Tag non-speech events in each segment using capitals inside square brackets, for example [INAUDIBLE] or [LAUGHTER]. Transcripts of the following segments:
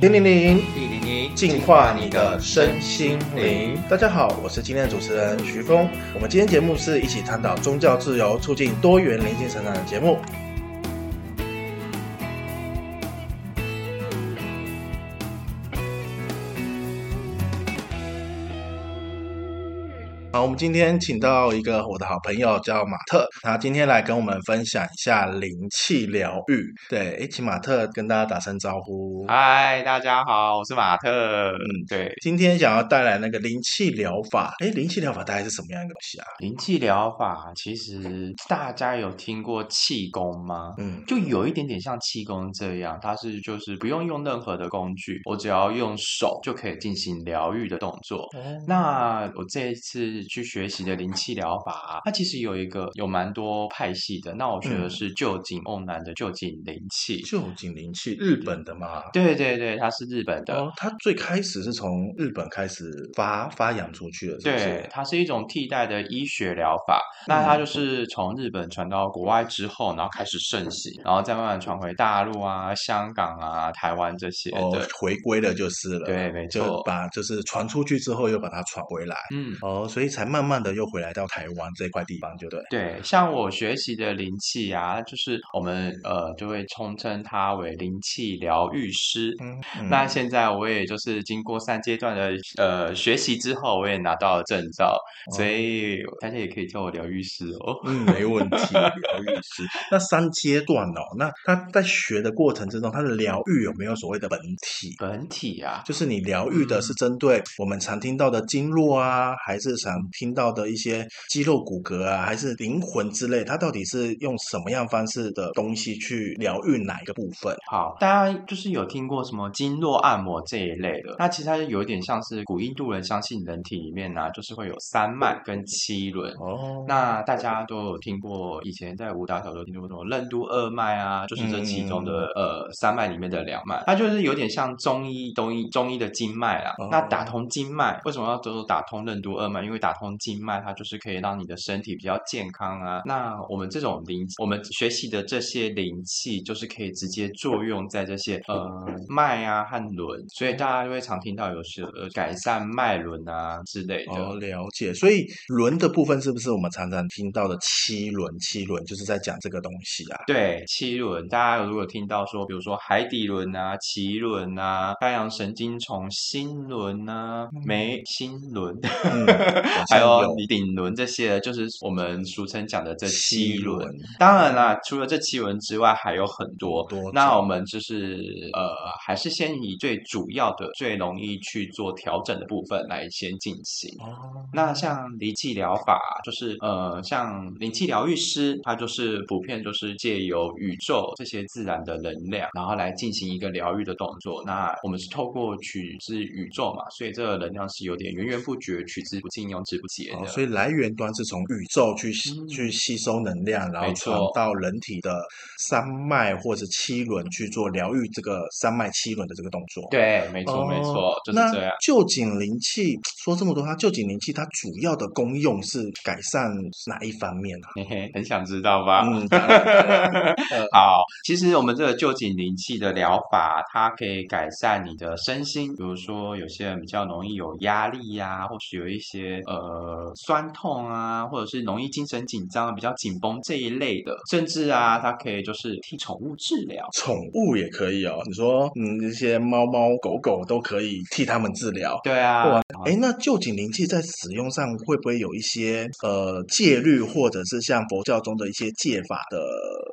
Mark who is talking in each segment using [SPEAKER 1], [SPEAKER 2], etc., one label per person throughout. [SPEAKER 1] 零零零，
[SPEAKER 2] 一零零，
[SPEAKER 1] 净化你的身心灵。大家好，我是今天的主持人徐峰。我们今天节目是一起探讨宗教自由、促进多元灵性成长的节目。好，我们今天请到一个我的好朋友叫马特，他今天来跟我们分享一下灵气疗愈。对，诶请马特跟大家打声招呼。
[SPEAKER 2] 嗨，大家好，我是马特。
[SPEAKER 1] 嗯
[SPEAKER 2] 嗯，对，
[SPEAKER 1] 今天想要带来那个灵气疗法，哎，灵气疗法大概是什么样的东西啊？
[SPEAKER 2] 灵气疗法其实大家有听过气功吗？
[SPEAKER 1] 嗯，
[SPEAKER 2] 就有一点点像气功这样，它是就是不用用任何的工具，我只要用手就可以进行疗愈的动作。那我这一次去学习的灵气疗法啊、它其实有一个有蛮多派系的。那我学的
[SPEAKER 1] 嗯
[SPEAKER 2] 是臼井瓮男的臼井灵气，
[SPEAKER 1] 旧井灵气，日本的嘛。
[SPEAKER 2] 对对嗯对，它是日本的。
[SPEAKER 1] 哦，它最开始是从日本开始发发扬出去的，是不嗯
[SPEAKER 2] 对，
[SPEAKER 1] 是？
[SPEAKER 2] 它是一种替代的医学疗法。那它就是从日本传到国外之后，然后开始盛行，然后再慢慢传回大陆啊、香港啊、台湾这些
[SPEAKER 1] 哦
[SPEAKER 2] 的。，
[SPEAKER 1] 回归了就是了。
[SPEAKER 2] 对没
[SPEAKER 1] 就
[SPEAKER 2] 错
[SPEAKER 1] 把就是传出去之后，又把它传回来。
[SPEAKER 2] 嗯，
[SPEAKER 1] 哦，所以才慢慢的又回来到台湾这块地方，就对。
[SPEAKER 2] 对，像我学习的灵气啊，就是我们呃就会通称它为灵气疗愈师。
[SPEAKER 1] 嗯，
[SPEAKER 2] 那
[SPEAKER 1] 嗯
[SPEAKER 2] 现在我也就是经过三阶段的呃学习之后，我也拿到了证照，所
[SPEAKER 1] 哦
[SPEAKER 2] 以大家也可以叫我疗愈师哦。
[SPEAKER 1] 嗯，没问题，疗愈师。那三阶段哦，那他在学的过程之中，他的疗愈有没有所谓的本体？
[SPEAKER 2] 本体啊，
[SPEAKER 1] 就是你疗愈的是针对我们常听到的经络啊，还是常听到的一些肌肉骨骼啊，还是灵魂之类？它到底是用什么样方式的东西去疗愈哪一个部分？
[SPEAKER 2] 好，大家就是有听过什么经络按摩这一类的，那其实它有点像是古印度人相信人体里面呢、啊就是会有三脉跟七轮。
[SPEAKER 1] 哦
[SPEAKER 2] 那大家都有听过，以前在武打小说听过什么任督二脉啊，就是这其中的、
[SPEAKER 1] 嗯
[SPEAKER 2] 呃三脉里面的两脉，它就是有点像中医、东医、中医的经脉啦。
[SPEAKER 1] 哦
[SPEAKER 2] 那打通经脉，为什么要都打通任督二脉？因为打通经脉，它就是可以让你的身体比较健康啊。那我们这种灵，我们学习的这些灵气，就是可以直接作用在这些呃脉啊和轮，所以大家就会常听到有些呃改善脉轮啊之类的。
[SPEAKER 1] 哦，了解。所以轮的部分是不是我们常常听到的七轮？七轮就是在讲这个东西啊。
[SPEAKER 2] 对，七轮，大家如果听到说，比如说海底轮啊、脐轮啊、太阳神经丛、心轮啊、眉心轮，
[SPEAKER 1] 嗯
[SPEAKER 2] 还
[SPEAKER 1] 好像
[SPEAKER 2] 有
[SPEAKER 1] 有
[SPEAKER 2] 顶轮这些，就是我们俗称讲的这七轮。
[SPEAKER 1] 轮
[SPEAKER 2] 当然啦，除了这七轮之外，还有很多。
[SPEAKER 1] 很多
[SPEAKER 2] 那
[SPEAKER 1] 种
[SPEAKER 2] 我们就是呃，还是先以最主要的、最容易去做调整的部分来先进行。
[SPEAKER 1] 哦，
[SPEAKER 2] 那像灵气疗法，就是呃，像灵气疗愈师，他就是普遍就是借由宇宙这些自然的能量，然后来进行一个疗愈的动作。那我们是透过取自宇宙嘛，所以这个能量是有点源源不绝，取之不尽，用之不竭的。
[SPEAKER 1] 哦，所以来源端是从宇宙去吸、
[SPEAKER 2] 嗯
[SPEAKER 1] 去吸收能量，然后
[SPEAKER 2] 没
[SPEAKER 1] 传
[SPEAKER 2] 错
[SPEAKER 1] 到人体的三脉或者七轮去做疗愈这个三脉七轮的这个动作。，
[SPEAKER 2] 对，没错，
[SPEAKER 1] 哦
[SPEAKER 2] 没错，就是
[SPEAKER 1] 那
[SPEAKER 2] 这样。
[SPEAKER 1] 臼井灵气说这么多，它臼井灵气它主要的功用是改善哪一方面啊？
[SPEAKER 2] 嘿嘿，很想知道吧？
[SPEAKER 1] 嗯，当然
[SPEAKER 2] 好，其实我们这个臼井灵气的疗法，它可以改善你的身心，比如说有些人比较容易有压力呀、或许有一些呃酸痛啊，或者是容易精神紧张、啊比较紧绷这一类的，甚至啊，它可以就是替宠物治疗。
[SPEAKER 1] 宠物也可以哦。你说，嗯，一些猫猫狗狗都可以替它们治疗。
[SPEAKER 2] 对啊
[SPEAKER 1] 哇，哎，那臼井灵气在使用上会不会有一些呃戒律，或者是像佛教中的一些戒法的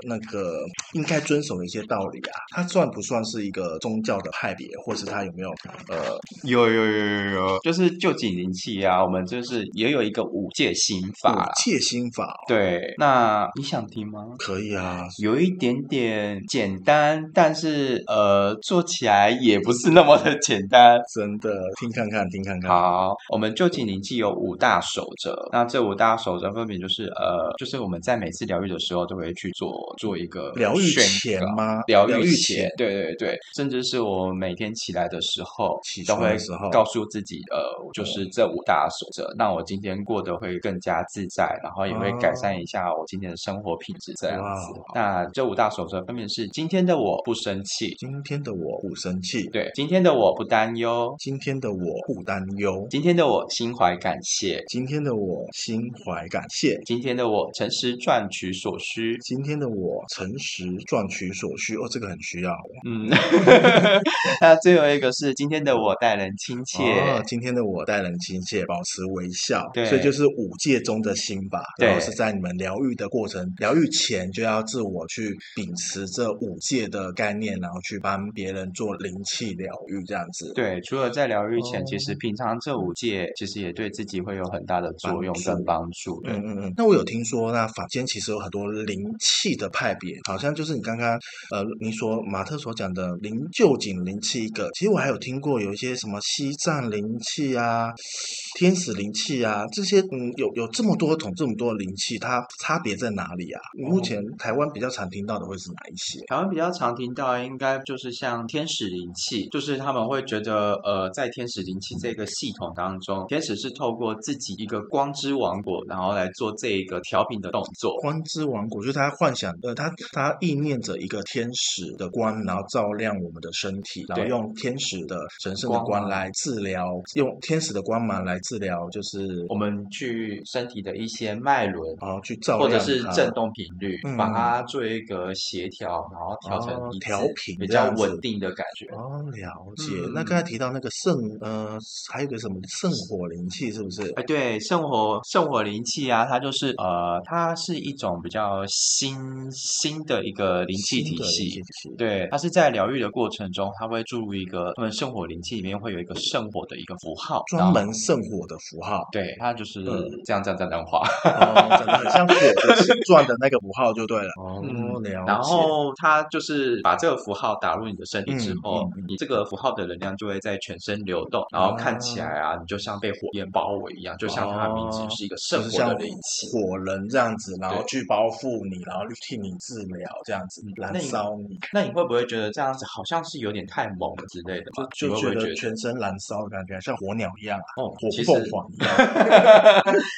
[SPEAKER 1] 那个应该遵守的一些道理啊？它算不算是一个宗教的派别，或是它有没有呃
[SPEAKER 2] 有有有有有，就是臼井灵气啊，我们就是也有一个五戒心法啦
[SPEAKER 1] 有。戒心法哦？
[SPEAKER 2] 对，那你想听吗？
[SPEAKER 1] 可以啊，
[SPEAKER 2] 有一点点简单，但是呃，做起来也不是那么的简单。
[SPEAKER 1] 真的听看看，听看看。
[SPEAKER 2] 好，我们旧井灵气有五大守则，那这五大守则分别就是呃，就是我们在每次疗愈的时候都会去做做一个
[SPEAKER 1] 疗愈
[SPEAKER 2] 宣
[SPEAKER 1] 前
[SPEAKER 2] 告
[SPEAKER 1] 吗？
[SPEAKER 2] 疗
[SPEAKER 1] 愈
[SPEAKER 2] 愈前，对对对，甚至是我每天起来的时候，
[SPEAKER 1] 起
[SPEAKER 2] 都
[SPEAKER 1] 床的
[SPEAKER 2] 会
[SPEAKER 1] 时候
[SPEAKER 2] 告诉自己，呃，就是这五大守则。让我今天过得会更加自在，然后也会改善一下我今天的生活品质这样子。
[SPEAKER 1] 哦哇哦
[SPEAKER 2] 那这五大守则分别是：今天的我不生气，
[SPEAKER 1] 今天的我不生气，
[SPEAKER 2] 对；今天的我不担忧，
[SPEAKER 1] 今天的我不担忧，
[SPEAKER 2] 今天的我心怀感谢，
[SPEAKER 1] 今天的我心怀感谢，
[SPEAKER 2] 今天的我诚实赚取所需。
[SPEAKER 1] 今天的我诚实赚取所需。哦，这个很需要。
[SPEAKER 2] 嗯， [LAUGHS] 那最后一个是今天的我待人亲切。
[SPEAKER 1] 哦，今天的我待人亲切，保持微笑，
[SPEAKER 2] 对
[SPEAKER 1] 所以就是五戒中的心法。
[SPEAKER 2] 对
[SPEAKER 1] 然后是在你们疗愈的过程，疗愈前就要自我去秉持这五戒的概念，然后去帮别人做灵气疗愈，这样子。，
[SPEAKER 2] 对，除了在疗愈前，其实
[SPEAKER 1] 哦
[SPEAKER 2] 平常这五戒其实也对自己会有很大的作
[SPEAKER 1] 帮
[SPEAKER 2] 用
[SPEAKER 1] 助
[SPEAKER 2] 跟帮助。对
[SPEAKER 1] 嗯，嗯嗯。那我有听说，那坊间其实有很多灵气的派别，好像就是你刚刚呃，你所马特所讲的灵臼井灵气一个。其实我还有听过有一些什么西藏灵气啊、天使灵气啊这些，嗯，有有这么多种这么多灵气，它差别在哪里啊？你目前台湾比较常听到的会是哪一些？
[SPEAKER 2] 台湾比较常听到，应该就是像天使灵气，就是他们会觉得，呃，在天使灵气这个系统当中，天使是透过自己一个光之王国，然后来做这一个调频的动作。
[SPEAKER 1] 光之王国就是他幻想，呃，他他意念着一个天使的光，然后照亮我们的身体，然后
[SPEAKER 2] 对
[SPEAKER 1] 用天使的神圣的
[SPEAKER 2] 光
[SPEAKER 1] 光
[SPEAKER 2] 芒
[SPEAKER 1] 来治疗，用天使的光芒来治疗，就是
[SPEAKER 2] 我们去身体的一些脉轮，
[SPEAKER 1] 然后去哦照
[SPEAKER 2] 或
[SPEAKER 1] 亮
[SPEAKER 2] 者是
[SPEAKER 1] 它
[SPEAKER 2] 振动频率，
[SPEAKER 1] 嗯
[SPEAKER 2] 把它做一个协调，然后调成
[SPEAKER 1] 哦
[SPEAKER 2] 一致
[SPEAKER 1] 调频
[SPEAKER 2] 比
[SPEAKER 1] 这
[SPEAKER 2] 较
[SPEAKER 1] 样子
[SPEAKER 2] 稳定的感觉。
[SPEAKER 1] 哦，了解。
[SPEAKER 2] 嗯
[SPEAKER 1] 那刚才提到那个圣，呃，还有个什么圣火灵气，是不是？
[SPEAKER 2] 哎，对，圣火圣火灵气啊，它就是呃，它是一种比较新新的一个灵
[SPEAKER 1] 新
[SPEAKER 2] 气体
[SPEAKER 1] 的灵气，
[SPEAKER 2] 系
[SPEAKER 1] 体系，
[SPEAKER 2] 对，它是在疗愈的过程中，它会注入一个他们圣火灵气里面会有一个圣火的一个符号，然
[SPEAKER 1] 专
[SPEAKER 2] 后
[SPEAKER 1] 门圣火的符号，
[SPEAKER 2] 对，它就是
[SPEAKER 1] 嗯
[SPEAKER 2] 这样这样这样这样画。
[SPEAKER 1] 哦，真的很像火的形 [LAUGHS] 状的那个符号就对了。哦，
[SPEAKER 2] [LAUGHS] 嗯
[SPEAKER 1] 了解。
[SPEAKER 2] 然后它就是把这个符号打入你的身体之
[SPEAKER 1] 嗯
[SPEAKER 2] 后，
[SPEAKER 1] 嗯嗯
[SPEAKER 2] 你这个符号的能量就会在全身流动，然后看起
[SPEAKER 1] 哦
[SPEAKER 2] 来啊，你就像被火焰包围一样，就像它的名字
[SPEAKER 1] 哦
[SPEAKER 2] 是一个
[SPEAKER 1] 就
[SPEAKER 2] 圣
[SPEAKER 1] 是
[SPEAKER 2] 火
[SPEAKER 1] 像
[SPEAKER 2] 的灵气。
[SPEAKER 1] 火人这样子，然后
[SPEAKER 2] 对
[SPEAKER 1] 去包覆你，然后替你治疗这样子
[SPEAKER 2] 嗯，那
[SPEAKER 1] 燃
[SPEAKER 2] 你
[SPEAKER 1] 烧你，
[SPEAKER 2] 那你会不会觉得这样子好像是有点太猛了之类的嘛？
[SPEAKER 1] 就
[SPEAKER 2] 啊你会
[SPEAKER 1] 觉
[SPEAKER 2] 不会
[SPEAKER 1] 得
[SPEAKER 2] [LAUGHS] 觉得
[SPEAKER 1] 全身燃烧的感觉，像火鸟一样啊，
[SPEAKER 2] 哦，
[SPEAKER 1] 火
[SPEAKER 2] 其实
[SPEAKER 1] 凤凰一
[SPEAKER 2] [LAUGHS]
[SPEAKER 1] 样。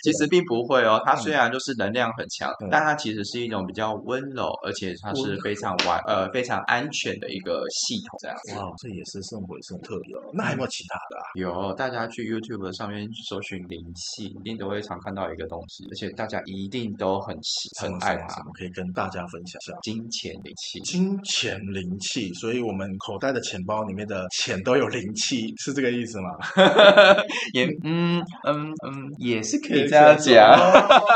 [SPEAKER 2] 其实并不会哦，它虽然就是能量很强，
[SPEAKER 1] 嗯
[SPEAKER 2] 但它其实是一种比较温柔，而且它
[SPEAKER 1] 温
[SPEAKER 2] 是
[SPEAKER 1] 柔
[SPEAKER 2] 非常完呃非常安全的一个系统这样子。
[SPEAKER 1] 哇，这也是圣火，也是很特别哦。那还有没有
[SPEAKER 2] 嗯
[SPEAKER 1] 其他的啊？
[SPEAKER 2] 有大家去 YouTube 上面搜寻灵气，一定都会常看到一个东西，而且大家一定都很喜
[SPEAKER 1] 什
[SPEAKER 2] 很
[SPEAKER 1] 么
[SPEAKER 2] 爱
[SPEAKER 1] 什么
[SPEAKER 2] 它
[SPEAKER 1] 什，么可以跟大家分享一下？
[SPEAKER 2] 金钱灵
[SPEAKER 1] [LAUGHS]
[SPEAKER 2] 气。
[SPEAKER 1] 金钱灵气，所以我们口袋的钱包里面的钱都有灵气，是这个意
[SPEAKER 2] [LAUGHS]
[SPEAKER 1] 思吗？
[SPEAKER 2] [LAUGHS] 也嗯嗯嗯，也是可
[SPEAKER 1] 可
[SPEAKER 2] 以这样讲。
[SPEAKER 1] [LAUGHS] 哦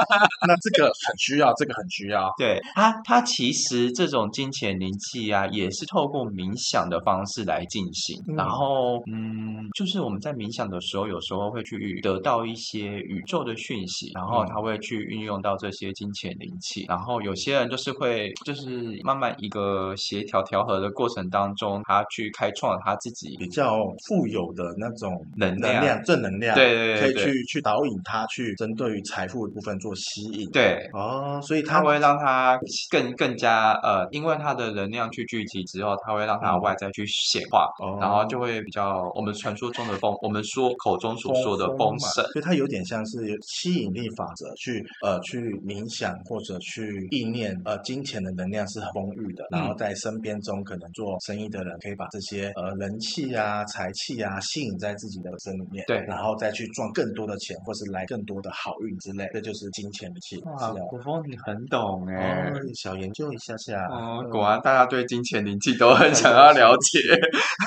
[SPEAKER 1] 那这个很需要，这个很需要。
[SPEAKER 2] 对它，它其实这种金钱灵气啊，也是透过冥想的方式来进行。然
[SPEAKER 1] 嗯
[SPEAKER 2] 后，嗯，就是我们在冥想的时候，有时候会去得到一些宇宙的讯息，然后
[SPEAKER 1] 嗯
[SPEAKER 2] 他会去运用到这些金钱灵气。然后有些人就是会，就是慢慢一个协调调和的过程当中，他去开创了他自己
[SPEAKER 1] 比较富有的那种
[SPEAKER 2] 能
[SPEAKER 1] 能
[SPEAKER 2] 量。
[SPEAKER 1] 量、正能量，
[SPEAKER 2] 对对对
[SPEAKER 1] 可以
[SPEAKER 2] 对
[SPEAKER 1] 去去导引他去针对于财富的部分做吸引。，
[SPEAKER 2] 对，
[SPEAKER 1] 哦，所以
[SPEAKER 2] 它
[SPEAKER 1] 他
[SPEAKER 2] 会让它更更加呃，因为它的能量去聚集之后，它会让它的
[SPEAKER 1] 嗯
[SPEAKER 2] 外在去显化，
[SPEAKER 1] 哦
[SPEAKER 2] 然后就会比较我们传说中的丰，我们说口中所说的丰
[SPEAKER 1] 嘛
[SPEAKER 2] 盛。
[SPEAKER 1] 所以它有点像是吸引力法则，去呃去冥想或者去意念，呃，金钱的能量是很丰裕的，然后
[SPEAKER 2] 嗯
[SPEAKER 1] 在身边中可能做生意的人可以把这些呃人气啊、财气啊吸引在自己的身里面，
[SPEAKER 2] 对
[SPEAKER 1] 然后再去赚更多的钱，或是来更多的好运之类，这就是金钱的气。
[SPEAKER 2] 哇，
[SPEAKER 1] 是啊
[SPEAKER 2] 古风你很懂哎、
[SPEAKER 1] 哦，小研究一下下。
[SPEAKER 2] 哦
[SPEAKER 1] 嗯，
[SPEAKER 2] 果然大家对金钱灵气都很
[SPEAKER 1] 很
[SPEAKER 2] 想
[SPEAKER 1] 有
[SPEAKER 2] 要
[SPEAKER 1] 兴
[SPEAKER 2] 了解。 [LAUGHS]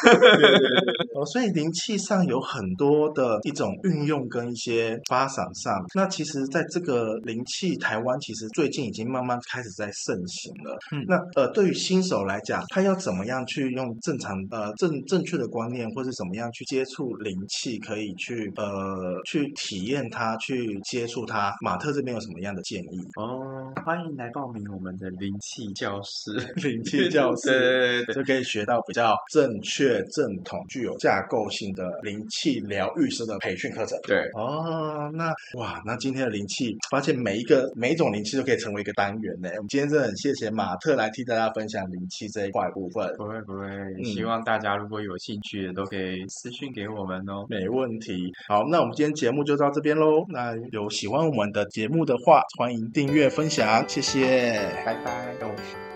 [SPEAKER 1] 哦，所以灵气上有很多的一种运用跟一些发展上，那其实在这个灵气，台湾其实最近已经慢慢开始在盛行了。
[SPEAKER 2] 嗯
[SPEAKER 1] 那呃，对于新手来讲，他要怎么样去用正常呃正正确的观念，或是怎么样去接触灵气，可以去呃去体验它，去接触它？马特这边有什么样的建议？
[SPEAKER 2] 哦，欢迎来报名我们的灵气教 [LAUGHS] 室。
[SPEAKER 1] [LAUGHS] 灵气教室
[SPEAKER 2] 对对对对
[SPEAKER 1] [LAUGHS] 就可以学到比较正确、正统、具有架构性的灵气疗愈师的培训课程。
[SPEAKER 2] 对，
[SPEAKER 1] 哦，那哇，那今天的灵气，发现每一个每一种灵气都可以成为一个单元呢。我们今天真的很谢谢马特来替大家分享灵气这一块部分，
[SPEAKER 2] 不会不会，希望大家如果有兴趣也都可以私讯给我们哦。
[SPEAKER 1] 没问题。好，那我们今天节节目就到这边喽。那有喜欢我们的节目的话，欢迎订阅分享，谢谢。
[SPEAKER 2] 拜拜。